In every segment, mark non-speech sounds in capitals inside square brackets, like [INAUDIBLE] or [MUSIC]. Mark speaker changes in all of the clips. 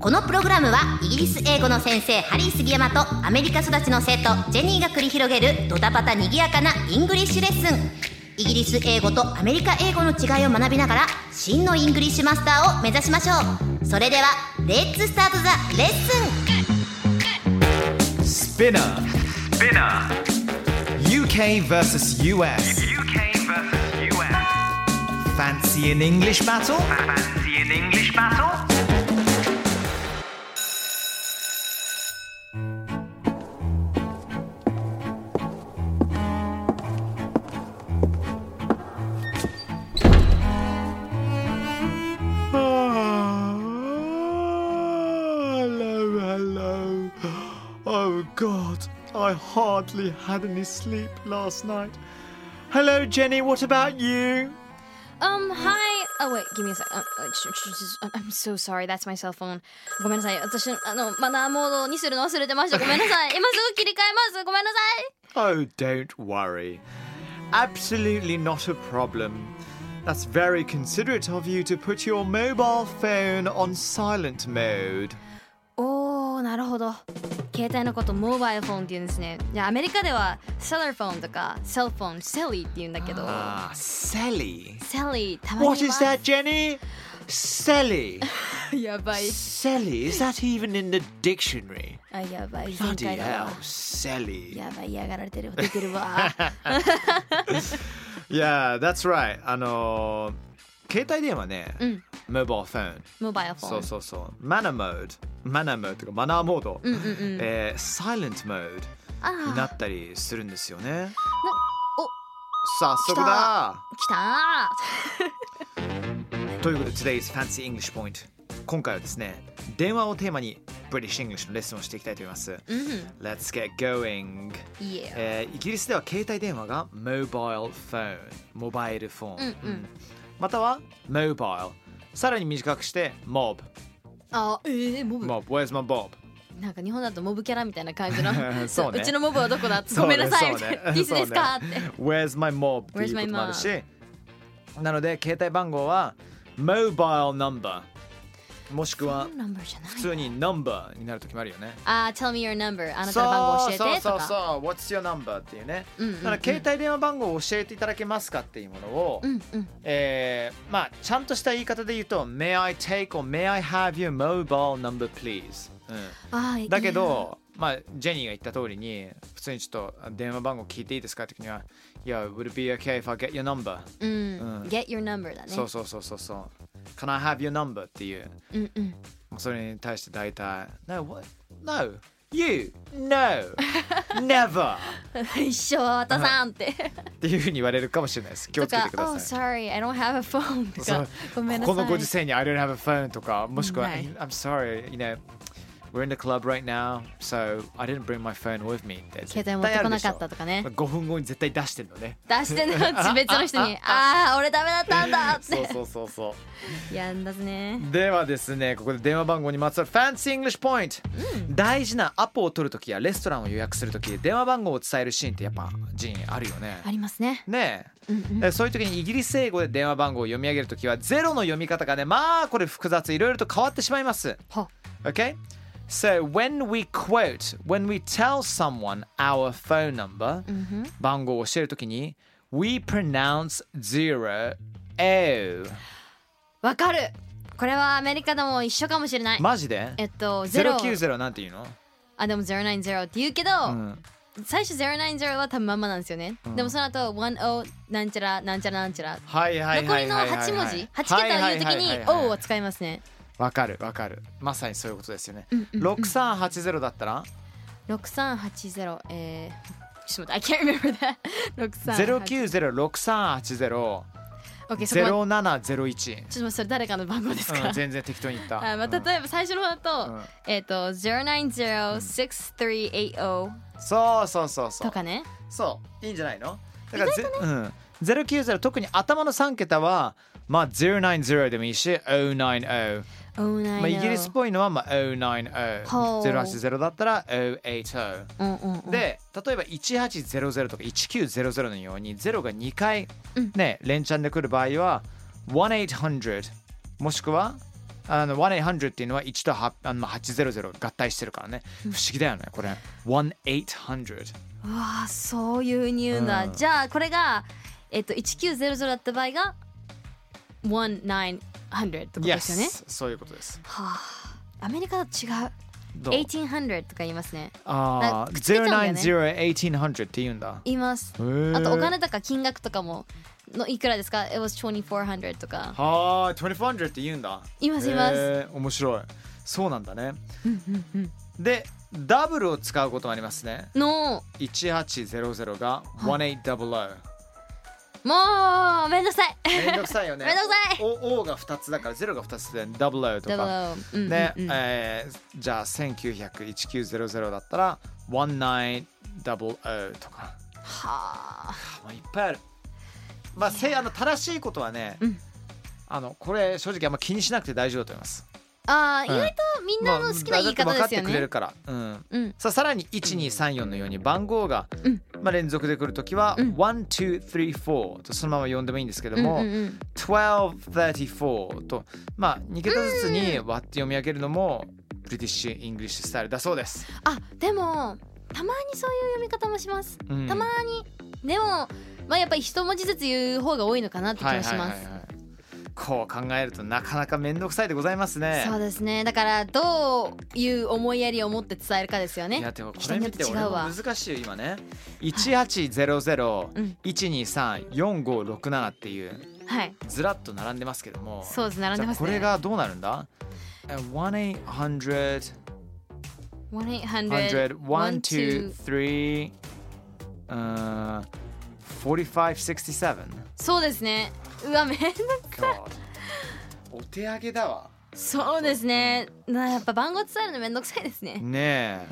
Speaker 1: このプログラムはイギリス英語の先生ハリー杉山とアメリカ育ちの生徒ジェニーが繰り広げるドタパタにぎやかなイングリッシュレッスンイギリス英語とアメリカ英語の違いを学びながら真のイングリッシュマスターを目指しましょうそれではレッツスタートザレッスン
Speaker 2: Spinner.
Speaker 3: Spinner.
Speaker 2: UK versus US.
Speaker 3: UK versus US.
Speaker 2: Fancy an English battle?
Speaker 3: Fancy an English battle?
Speaker 4: Hello, hello. Oh God, I hardly had any sleep last night.
Speaker 2: Hello, Jenny, what about you?
Speaker 5: Um, hi. Oh, wait, give me a sec. Um, uh, sh- sh- sh- I'm- I'm so sorry. That's my cell phone. ごめんなさい。私、あの、マナーモードにするの忘れてました。ごめんなさい。今すぐ切り替えます。ごめんなさい。
Speaker 2: Oh, don't worry. Absolutely not a problem. That's very considerate of you to put your mobile phone on silent mode.
Speaker 5: おー、なるほど。携帯のこと、モバイルフォンって言うんですね。いや、アメリカでは、セルフォンとか、セルフォン、セリーって言うんだけど、
Speaker 2: Ah, Selly.
Speaker 5: セリー、たまには。
Speaker 2: What is that, Jenny? Selly.
Speaker 5: [LAUGHS] やばい。
Speaker 2: Selly, is that even in the dictionary?
Speaker 5: あ、やばい。全
Speaker 2: Bloody
Speaker 5: 開だ
Speaker 2: hell,
Speaker 5: わ。
Speaker 2: Selly.
Speaker 5: やばい、嫌がられてる。出てる
Speaker 2: [LAUGHS]
Speaker 5: わ。
Speaker 2: Yeah, that's right. あのー、携帯電話ね、
Speaker 5: ん
Speaker 2: mobile phone。
Speaker 5: モバイルフォン。
Speaker 2: そうそうそう。マナーモード。マナーモードとかマナーモード。えー、サイレントモー
Speaker 5: あ
Speaker 2: ドに
Speaker 5: ー
Speaker 2: なったりするんですよね。
Speaker 5: お
Speaker 2: 早速だ
Speaker 5: 来た
Speaker 2: ということで、Today's Fancy English Point。今回はですね、電話をテーマに British English のレッスンをしていきたいと思います。
Speaker 5: ー。うん。
Speaker 2: Let's get going!
Speaker 5: いいえ。
Speaker 2: えーイギリスでは携帯電話が mobile phone モバイルフォ
Speaker 5: う
Speaker 2: ン、
Speaker 5: んうん
Speaker 2: または mobile さらに短くして mob
Speaker 5: あ、ええ、モブ。
Speaker 2: mob where's my bob
Speaker 5: なんか日本だとモブキャラみたいな感じの
Speaker 2: [LAUGHS] そうね
Speaker 5: ちのモブはどこだ
Speaker 2: そ
Speaker 5: ご
Speaker 2: うね
Speaker 5: めんなさいみ [LAUGHS] たい
Speaker 2: そうね
Speaker 5: なディスですかって
Speaker 2: where's my mob ってい
Speaker 5: Where's
Speaker 2: う
Speaker 5: my
Speaker 2: こともあるしなので携帯番号は mobile number もしくは
Speaker 5: Phone number じゃない
Speaker 2: 普通に number になる時もあるよね
Speaker 5: あー Tell me your number あなたの番号教えてとか
Speaker 2: そうそうそうそう What's your number っていうね、
Speaker 5: うんうんうん
Speaker 2: だから携帯電話番号を教えていただけますかっていうものを、
Speaker 5: うんうん
Speaker 2: えーまあちゃんとした言い方で言うと「May I take or may I have your mobile number please、う
Speaker 5: あー
Speaker 2: ん」だけど、まあ、ジェニーが言った通りに普通にちょっと電話番号聞いていいですかって時には「Yeah, would it be okay if I get your
Speaker 5: い
Speaker 2: number?、
Speaker 5: やうん
Speaker 2: うん
Speaker 5: Get your number だね
Speaker 2: そうそうそうそうそう「Can I have your number?」っていう
Speaker 5: うんうん
Speaker 2: それに対して大体「No, what? No! You! No! [LAUGHS] Never!」
Speaker 5: 一生渡さん [LAUGHS] って
Speaker 2: っていうふうに言われるかもしれないです気を
Speaker 5: と
Speaker 2: つけ
Speaker 5: か
Speaker 2: てくだ
Speaker 5: Oh
Speaker 2: さい。
Speaker 5: sorry I don't have a phone と
Speaker 2: そ
Speaker 5: か
Speaker 2: う
Speaker 5: ごめんなさ
Speaker 2: こ
Speaker 5: い
Speaker 2: のご時世に I don't have a phone とかもしくは、
Speaker 5: ない
Speaker 2: I'm sorry, you know, we're in the club right now, so I didn't bring my phone with me って
Speaker 5: 携帯持ってこなかったとかね
Speaker 2: 5分後に絶対出してるのね。
Speaker 5: 出してんの別の
Speaker 2: [LAUGHS]
Speaker 5: 人にああ俺ダメだったんだっ
Speaker 2: そう
Speaker 5: て
Speaker 2: そうそうそ
Speaker 5: やんだぜね
Speaker 2: う。ではですね、ここで電話番号にまつわる Fancy English Point、大事なアポを取るときやレストランを予約するとき、電話番号を伝えるシーンってやっぱジーンあるよね。
Speaker 5: ありますね
Speaker 2: ねえ、でそういう時にイギリス英語で電話番号を読み上げる時はゼロの読み方がねまあこれ複雑いろいろと変わってしまいます
Speaker 5: は。
Speaker 2: Okay? So when we quote, when we tell someone our phone number、番号を教える時に we pronounce zero O
Speaker 5: わかるこれはアメリカでも一緒かもしれない
Speaker 2: マジで
Speaker 5: えっと、ゼロ。
Speaker 2: ?090 なんて言うの
Speaker 5: あ、でも090って言うけど、
Speaker 2: ん
Speaker 5: 最初090は多分まんまなんですよね。でもその後、10なんちゃらなんちゃらなんちゃら。
Speaker 2: はいはい
Speaker 5: 残
Speaker 2: は
Speaker 5: り
Speaker 2: い
Speaker 5: の
Speaker 2: はいはい
Speaker 5: 8文字、8桁を言うとき
Speaker 2: は
Speaker 5: に
Speaker 2: いはいはい
Speaker 5: O
Speaker 2: は
Speaker 5: を
Speaker 2: い
Speaker 5: 使いますね。
Speaker 2: わかるわかるまさにそういうことですよね、6380だったら
Speaker 5: 6380、えー、ちょっと待って、I can't remember that。6380。
Speaker 2: 0906380
Speaker 6: OK そこは
Speaker 2: 0701
Speaker 6: ちょっと待ってそれ誰かの番号ですか、
Speaker 2: うん全然適当に言った
Speaker 6: あまあ、
Speaker 2: うん
Speaker 6: 例えば最初の方だと、
Speaker 2: うん
Speaker 6: えっ、ー、と0906380
Speaker 2: そうそうそうそう
Speaker 6: とかね
Speaker 2: そういいんじゃないのだからぜ、うん、090特に頭の3桁はまあ090でもいいし090、
Speaker 6: 090
Speaker 2: まあ、イギリスっぽいのはまあ090
Speaker 6: ほう
Speaker 2: 080だったら080
Speaker 6: うんうんうん
Speaker 2: で例えば1800とか1900のように0が2回
Speaker 6: うん
Speaker 2: ね、連チャンで来る場合は1800もしくはあの1800っていうのは1と8あのまあ800合体してるからね不思議だよねこれ1800
Speaker 6: うわあそういうニューな、
Speaker 2: うん
Speaker 6: じゃあこれがえっ、と1900だった場合が1900ってことですよね、
Speaker 2: Yes そういうことです
Speaker 6: はあアメリカと違う
Speaker 2: どう
Speaker 6: 1800とか言いますね
Speaker 2: ああ
Speaker 6: なんかくっつけちゃうんだ
Speaker 2: 0901800って言うんだ
Speaker 6: 言います
Speaker 2: へー
Speaker 6: あとお金とか金額とかものいくらですか It was 2400とか
Speaker 2: はーい2400って言うんだ
Speaker 6: 言います言います
Speaker 2: へー面白いそうなんだねでダブルを使うこともありますね
Speaker 6: の
Speaker 2: 1800が1800、
Speaker 6: もうめんどくさい
Speaker 2: めんどくさいよね
Speaker 6: [LAUGHS] めんどくさい
Speaker 2: お O が2つだから0が2つで00とか
Speaker 6: でもうん
Speaker 2: ね、
Speaker 6: うんうん
Speaker 2: えーじゃあ19001900だったら1900とか
Speaker 6: はあ
Speaker 2: もういっぱいあるまあせあの正しいことはね、
Speaker 6: うん
Speaker 2: あのこれ正直あんま気にしなくて大丈夫だと思います
Speaker 6: あー
Speaker 2: う
Speaker 6: 意
Speaker 2: ん
Speaker 6: 外とみんなの好きな言い方
Speaker 2: まあだって
Speaker 6: です
Speaker 2: 分かって
Speaker 6: よ
Speaker 2: くれ
Speaker 6: ね
Speaker 2: るから、うん
Speaker 6: うん
Speaker 2: さあさらに1234のように番号が、
Speaker 6: うん
Speaker 2: まあ、連続で来るときは、
Speaker 6: うん
Speaker 2: 1234とそのまま呼んでもいいんですけど
Speaker 6: うん
Speaker 2: も、
Speaker 6: うんうん
Speaker 2: 1234とまあ2桁ずつに割って読み上げるのもブリティッシュ・イングリッシュスタイルだそうです、
Speaker 6: あでもたまにそういう読み方もします
Speaker 2: うん
Speaker 6: たまにでもまあやっぱり一文字ずつ言う方が多いのかなって気がします
Speaker 2: こう考えるとなかなか面倒くさいでございますね
Speaker 6: そうですねだからどういう思いやりを持って伝えるかですよ
Speaker 2: いや
Speaker 6: ね
Speaker 2: でもこ
Speaker 6: 人
Speaker 2: れ
Speaker 6: によっ
Speaker 2: 見
Speaker 6: て
Speaker 2: て
Speaker 6: 違う
Speaker 2: 俺も
Speaker 6: わ
Speaker 2: 難しいよ今ね18001234567
Speaker 6: うん
Speaker 2: っていう
Speaker 6: はい
Speaker 2: ずらっと並んでますけども
Speaker 6: そうです並ん
Speaker 2: じ
Speaker 6: で
Speaker 2: ゃ
Speaker 6: ま
Speaker 2: あ
Speaker 6: す
Speaker 2: こ
Speaker 6: ね
Speaker 2: れがどうなるんだえ1800 100 1 2
Speaker 6: 1-800-1-2
Speaker 2: 3 uh, 45 67
Speaker 6: そうですねうわめんどく
Speaker 2: God お手上げだわ
Speaker 6: そうですねなやっぱ番号伝えるのめんどくさいですね
Speaker 2: ね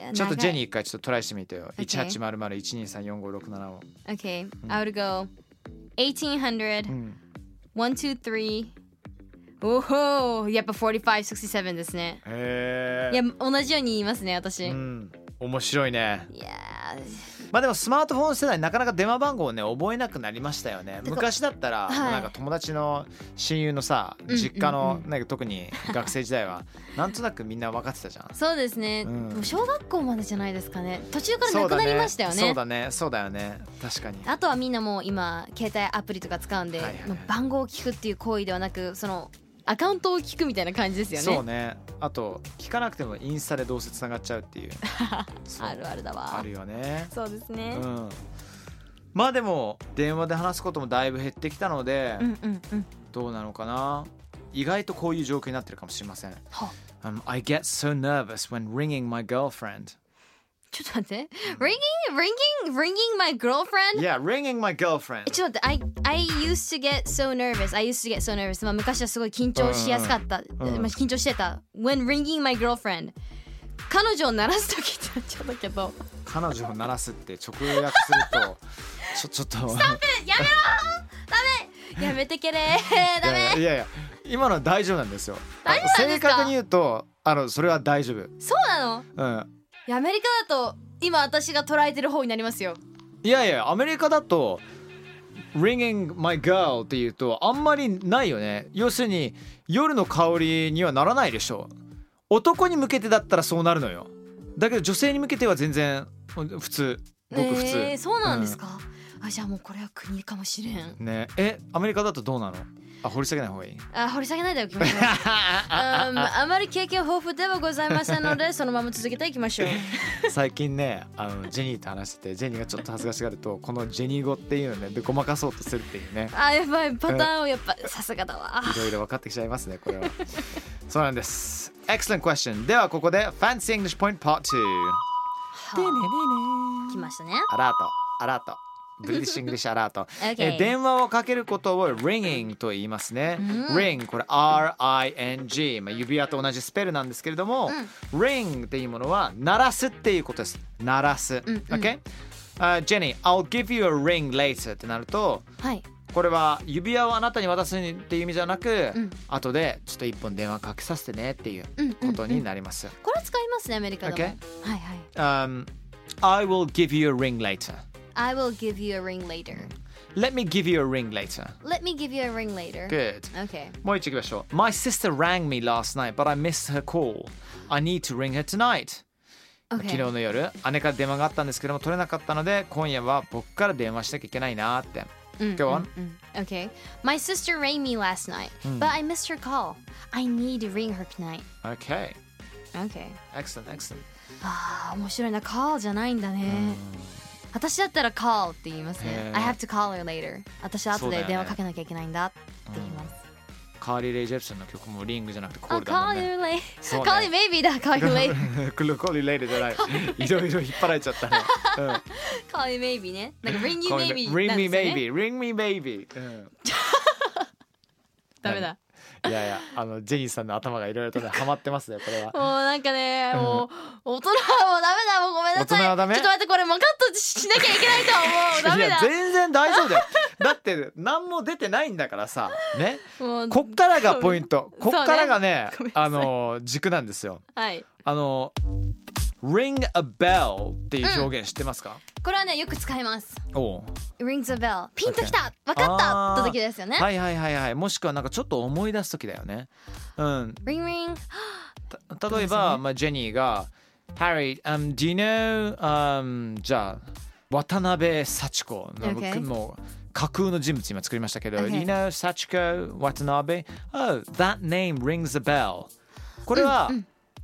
Speaker 2: えちょっとジェニー
Speaker 6: ー
Speaker 2: 一回ちょっとトライしてみてよ
Speaker 6: Okay
Speaker 2: 18001234567を
Speaker 6: OK I would go 1800
Speaker 2: ん
Speaker 6: 123おほーやっぱ4567ですね
Speaker 2: へ
Speaker 6: いや同じように言いますね私、
Speaker 2: うん面白いね
Speaker 6: いや
Speaker 2: まあでもスマートフォン世代なかなか電話番号をね覚えなくなりましたよね
Speaker 6: か
Speaker 2: 昔だったら、
Speaker 6: はい
Speaker 2: なんか友達の親友のさ
Speaker 6: ん
Speaker 2: 実家
Speaker 6: う
Speaker 2: の
Speaker 6: ん
Speaker 2: なんか特に学生時代はなんとなくみんな分かってたじゃん
Speaker 6: ーそうですね、
Speaker 2: うん
Speaker 6: でも小学校までじゃないですかね途中からなくなりましたよね
Speaker 2: そうだねそうだねそうだよね確かに
Speaker 6: あとはみんなもう今携帯アプリとか使うんで、
Speaker 2: はいはいはい
Speaker 6: もう番号を聞くっていう行為ではなくそのアカウントを聞くみたいな感じですよね
Speaker 2: そうねあと聞かなくてもインスタでどうせつながっちゃうっていうそう
Speaker 6: [LAUGHS] あるあるだわ
Speaker 2: あるよね
Speaker 6: そうです
Speaker 2: う
Speaker 6: ね、
Speaker 2: んまあでも電話で話すこともだいぶ減ってきたので、
Speaker 6: うん、うんうん
Speaker 2: どうなのかな意外とこういう状況になってるかもしれません
Speaker 6: は
Speaker 2: Um, I get so nervous when ringing my girlfriend.
Speaker 6: ちょっと待って ringing ringing ringing my girlfriend
Speaker 2: Yeah, ringing my girlfriend.
Speaker 6: ちょっと待って I, I used to get so nervous I used to get so nervous まあ昔はすごい緊張しやすかった、
Speaker 2: んうん
Speaker 6: まあ、緊張してた when ringing my girlfriend 彼女を鳴らす時ってなっちゃったけど
Speaker 2: 彼女を鳴らすって直訳するとちょ [LAUGHS] ちょっと
Speaker 6: やめろダメやめてけれダメ
Speaker 2: いやいやいや今のは大丈夫なんですよ
Speaker 6: 大丈夫なんですか
Speaker 2: 正確に言うとあのそれは大丈夫、
Speaker 6: そうなの
Speaker 2: うん、
Speaker 6: いやアメリカだと今私が捉えてる方になりますよ
Speaker 2: いやいやアメリカだと Ringing my girl っていうとあんまりないよね要するに夜の香りにはならないでしょ男に向けてだったらそうなるのよだけど女性に向けては全然普通ごく普通、
Speaker 6: えーそうなんですか、あじゃあもうこれは国かもしれん
Speaker 2: ねえアメリカだとどうなのあ掘り下げない方がいい
Speaker 6: あ掘り下げないでおきましょう
Speaker 2: [LAUGHS]
Speaker 6: うんあまり経験豊富ではございませんのでそのまま続けていきましょう
Speaker 2: 最近ねあのジェニーと話しててジェニーがちょっと恥ずかしがるとこのジェニー語っていうのねでごまかそうとするっていうね
Speaker 6: あやばいパターンをやっぱさすがだわ
Speaker 2: いろいろ分かってきちゃいますねこれは [LAUGHS] そうなんです Excellent question ではここで Fancy English Point Part 2
Speaker 6: はあ来ましたね
Speaker 2: アラートアラートブリティッシュ・イングリッシュ・アラート
Speaker 6: Okay.
Speaker 2: えー電話をかけることを ringing と言いますね、ring これ R-I-N-G、まあ、指輪と同じスペルなんですけれども、ring っていうものは鳴らすっていうことです鳴らす、OK? あジェニー、I'll give you a ring later ってなると
Speaker 6: はい
Speaker 2: これは指輪をあなたに渡すっていう意味じゃなく、後でちょっと一本電話かけさせてねっていうことになります、
Speaker 6: これは使いますねアメリカでも、
Speaker 2: Okay
Speaker 6: はいはい
Speaker 2: um, I will give you a ring later
Speaker 6: I will give you a ring later
Speaker 2: Let me give you a ring later
Speaker 6: Let me give you a ring later
Speaker 2: Good
Speaker 6: Okay
Speaker 2: もう一度いきましょう。My sister rang me last night, but I missed her call. I need to ring her tonight. 昨日
Speaker 6: Okay
Speaker 2: の夜、姉から電話があったんですけども取れなかったので、今夜は僕から電話しなきゃいけないなって。Go on.
Speaker 6: Okay My sister rang me last night But I missed her call I need to ring her tonight
Speaker 2: Okay.
Speaker 6: Okay
Speaker 2: Excellent, excellent.
Speaker 6: あ面白いな call じゃないんだね私だったら call って言いますね
Speaker 2: へー
Speaker 6: I have to call her later 私は
Speaker 2: そ
Speaker 6: 後
Speaker 2: うだよね
Speaker 6: で電話かけなきゃいけないんだって言います
Speaker 2: カーリー・レイ・ジェプソンの曲もリングじゃなくてコ
Speaker 6: あ
Speaker 2: ールだもん
Speaker 6: call
Speaker 2: ね。
Speaker 6: you [LAUGHS] later
Speaker 2: そうね
Speaker 6: call you maybe だ call you later
Speaker 2: [LAUGHS] クルコーリー・レイルじゃな
Speaker 6: [LAUGHS]
Speaker 2: い。いろいろ引っ張られちゃったね。
Speaker 6: call you maybe ねなんか ring you
Speaker 2: Call me-
Speaker 6: maybe
Speaker 2: Ring me
Speaker 6: なんですよね
Speaker 2: maybe, ring me maybe. うん
Speaker 6: ダメだ
Speaker 2: いやいや、あのジェニーさんの頭がいろいろとねハマってますねこれは。
Speaker 6: もうなんかね、もう大人はもうダメだもうごめんなさい
Speaker 2: 大人はダメ
Speaker 6: ちょっと待ってこれもうカットしなきゃいけないとは思う [LAUGHS] ダ
Speaker 2: [LAUGHS]
Speaker 6: メ
Speaker 2: い
Speaker 6: だ
Speaker 2: や全然大丈夫だよ [LAUGHS] だって何も出てないんだからさね
Speaker 6: もう
Speaker 2: こっからがポイントこっからがね
Speaker 6: そうね
Speaker 2: あの軸なんですよ
Speaker 6: はい
Speaker 2: あの ring a bell っていう表現知ってますか、
Speaker 6: これはねよく使います
Speaker 2: おう
Speaker 6: rings a bell ピンときたわかった
Speaker 2: あー
Speaker 6: って時ですよね、
Speaker 2: はいはいはいはいもしくはなんかちょっと思い出す時だよねうん
Speaker 6: リンリン
Speaker 2: た例えば、まあ、ジェニーが「Harry、um, do you know、um, じゃあ渡辺幸子の、
Speaker 6: Okay.
Speaker 2: 僕もう架空の人物今作りましたけど「
Speaker 6: Okay.
Speaker 2: you know 幸子渡辺 oh that name rings a bell」これは、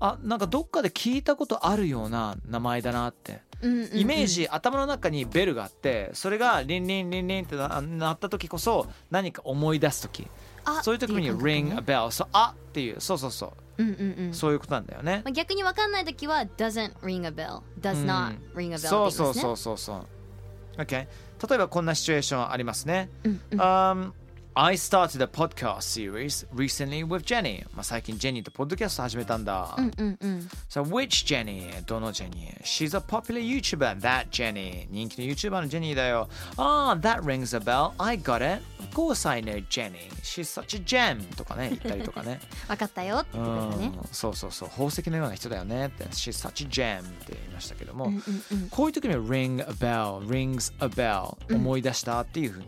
Speaker 2: あなんかどっかで聞いたことあるような名前だなって。
Speaker 6: うんうん
Speaker 2: イメージ、頭の中にベルがあってそれがリンリンリンリンってななった時こそ何か思い出す時
Speaker 6: あ
Speaker 2: そういう時に
Speaker 6: って
Speaker 2: ring a bell そうあっていうそうそうそう
Speaker 6: うんうんうん
Speaker 2: そういうことなんだよね
Speaker 6: まあ、逆にわかんない時は doesn't ring a bell does not
Speaker 2: う
Speaker 6: ring a bell って言い
Speaker 2: そ
Speaker 6: ま
Speaker 2: う
Speaker 6: すね
Speaker 2: そうそうそうそう。OK。例えばこんなシチュエーションありますね。um, I started a podcast series recently with Jenny. まあ最近ジェニーとポッドキャスト始めたんだ。
Speaker 6: うんうん、
Speaker 2: So which Jenny? どのジェニー ?She's a popular YouTuber, that Jenny. 人気の YouTuber のジェニーだよ。Ah, that rings a bell. I got it. Of course I know Jenny. She's such a gem. とかね、言ったりとかね。
Speaker 6: わかったよって言ってくれたね
Speaker 2: うんそうそうそう宝石のような人だよねって「She's such a gem」って言いましたけども、こういう時には「ring a bell」「rings a bell」思い出したっていうふうに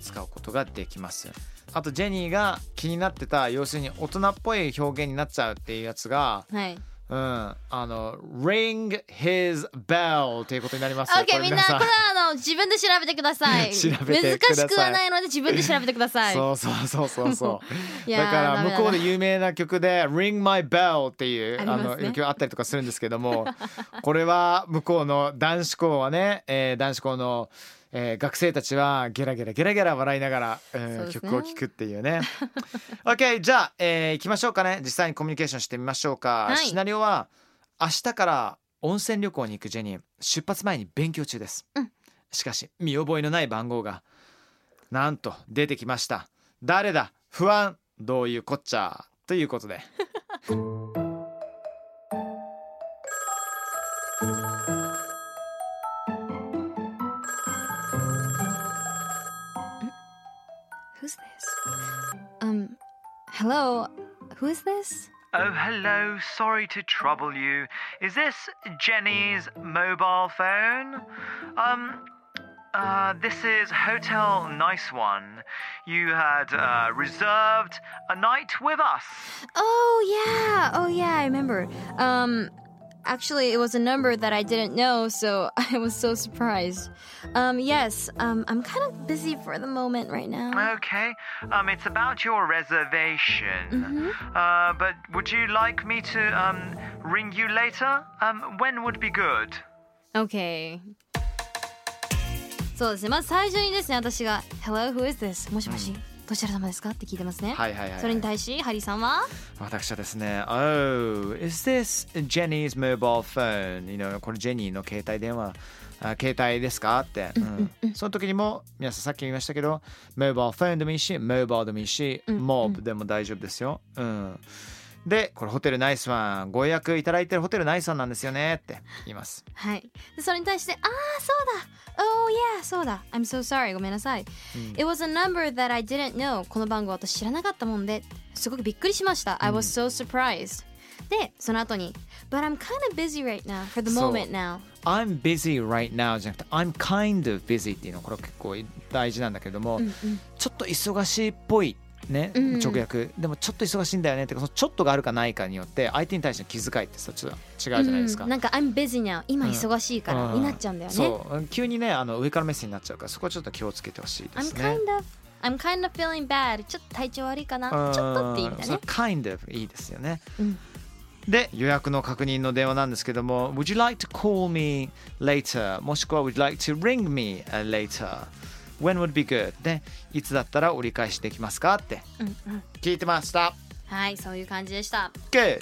Speaker 2: 使うことができます。あとジェニーが気になってた要するに大人っぽい表現になっちゃうっていうやつが、
Speaker 6: はい
Speaker 2: うん、あの「ring his bell」っていうことになりますよ。
Speaker 6: OK みんなこれはあの自分で調べてくださ
Speaker 2: [LAUGHS]
Speaker 6: い
Speaker 2: 調べてください
Speaker 6: 難しくはないので自分で調べてください
Speaker 2: そうそうそうそうそう。
Speaker 6: [LAUGHS] いやー
Speaker 2: だから向こうで有名な曲で「Ring My Bell」っていう
Speaker 6: あり
Speaker 2: あ
Speaker 6: ますね
Speaker 2: の曲あったりとかするんですけど
Speaker 6: [LAUGHS]
Speaker 2: もこれは向こうの男子校はね、えー男子校の、えー学生たちはゲラゲラゲラゲラ笑いながら、えー
Speaker 6: そうですね
Speaker 2: 曲を聴くっていうね。OK じゃあ、えー行きましょうかね実際にコミュニケーションしてみましょうか。
Speaker 6: はい
Speaker 2: シナリオは明日から温泉旅行に行くジェニー出発前に勉強中です。しかし見覚えのない番号がなんと出てきました誰だ不安どういうこっちゃということで
Speaker 6: Who's this? Um, hello. Who is this?
Speaker 3: Oh, hello. Sorry to trouble you. Is this Jenny's mobile phone? Um, uh, this is Hotel Nice One. You had uh, reserved a night with us.
Speaker 6: Oh yeah. Oh yeah. I remember. Um, actually, it was a number that I didn't know, so [LAUGHS] I was so surprised. Um, yes. Um, I'm kind of busy for the moment right now.
Speaker 3: Okay. Um, it's about your reservation. Uh, but would you like me to um ring you later? Um, when would be good?
Speaker 6: Okay. そうですね。まず最初にですね、私が Hello, who is this? もしもし。どちら様ですかって聞いてますね。
Speaker 2: はいはいはいはい
Speaker 6: それに対し、ハリーさんは
Speaker 2: 私はですね、Oh, is this Jenny's mobile phone? You know, これジェニーの携帯電話、あ携帯ですかって、うんその時にも、皆さんさっき言いましたけど、mobile phone でもいいし、mobile でもいいし、mob でも大丈夫ですよ。うん。で、これホテルナイスワン、ご予約いただいてるホテルナイスワンなんですよねって言います。
Speaker 6: はい。でそれに対して、ああ、そうだ !Oh yeah, そうだ !I'm so sorry, ごめんなさい。It was a number that I didn't know. この番号私知らなかったもんで、すごくびっくりしました。I was so surprised. で、その後に、But I'm kind of busy right now, for the
Speaker 2: そう
Speaker 6: moment now.
Speaker 2: I'm busy right now じゃなくて I'm kind of busy っていうのこれ結構大事なんだけども、ちょっと忙しいっぽいね、
Speaker 6: うん
Speaker 2: 直訳でもちょっと忙しいんだよねってそのちょっとがあるかないかによって相手に対しての気遣いってさちょっと違うじゃないですか。
Speaker 6: うんなんか、I'm busy now. 今忙しいから、
Speaker 2: うん
Speaker 6: になっちゃうんだよね。
Speaker 2: そう急にねあの上から目線になっちゃうからそこはちょっと気をつけてほしいで
Speaker 6: I'm
Speaker 2: すね
Speaker 6: kind。of I'm kind of feeling bad ちょっと体調悪いかな
Speaker 2: うん
Speaker 6: ちょっとっていう意味だ
Speaker 2: そ
Speaker 6: ね
Speaker 2: の kind of いいですよね。
Speaker 6: うん
Speaker 2: で予約の確認の電話なんですけども Would you like to call me later? もしくは Would you like to ring me uh, later? When would be good? ね、いつだったら折り返しできますかって聞いてました。
Speaker 6: はいそういう感じでした
Speaker 2: Good!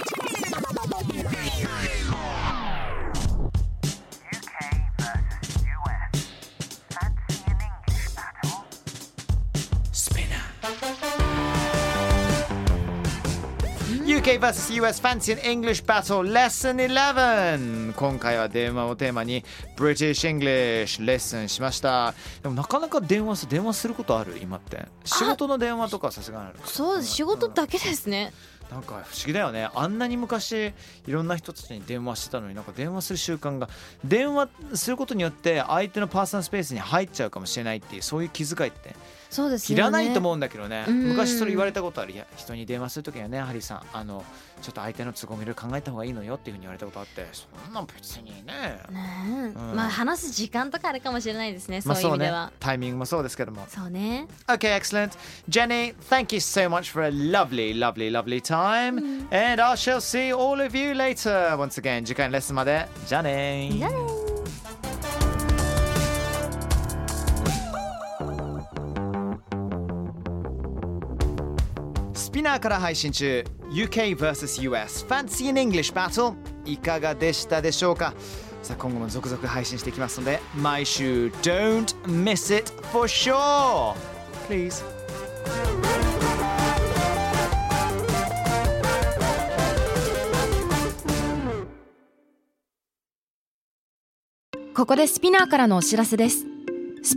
Speaker 3: UK versus US. Fancy an
Speaker 2: スピナー UK vs US Fancy and English
Speaker 3: English battle?
Speaker 2: Battle Lesson 11今回は電話をテーマに British English レッスンしましたでもなかなか電話す電話することある今って仕事の電話とかさすがにある
Speaker 6: そうです仕事だけですね
Speaker 2: なんか不思議だよねあんなに昔いろんな人たちに電話してたのになんか電話する習慣が電話することによって相手のパーソナルスペースに入っちゃうかもしれないっていうそういう気遣いって
Speaker 6: そうです
Speaker 2: い
Speaker 6: よ
Speaker 2: らないと思うんだけどね、
Speaker 6: うん
Speaker 2: 昔それ言われたことあるいや人に電話するときはねハリーさんあのちょっと相手の都合もいろいろ考えた方がいいのよっていうふうに言われたことあってそんなん別にね、
Speaker 6: ねえ
Speaker 2: うん
Speaker 6: まあ話す時間とかあるかもしれないですねそ
Speaker 2: まあ
Speaker 6: ういう
Speaker 2: そ
Speaker 6: 意
Speaker 2: う
Speaker 6: 味で
Speaker 2: ね
Speaker 6: は
Speaker 2: タイミングもそうですけども
Speaker 6: そうね
Speaker 2: Okay, excellent. Jenny, thank you so much for a lovely, lovely, lovely time. And I shall see all of you later. Once again, 次回のレッスンまで。じゃあねー。
Speaker 6: じゃあね
Speaker 2: スピナーから配信中 UK vs.US Fancy in English Battle いかがでしたでしょうかさあ今後も続々配信していきますので毎週 Don't miss it for sure Please
Speaker 5: ここでスピナーからのお知らせです。ス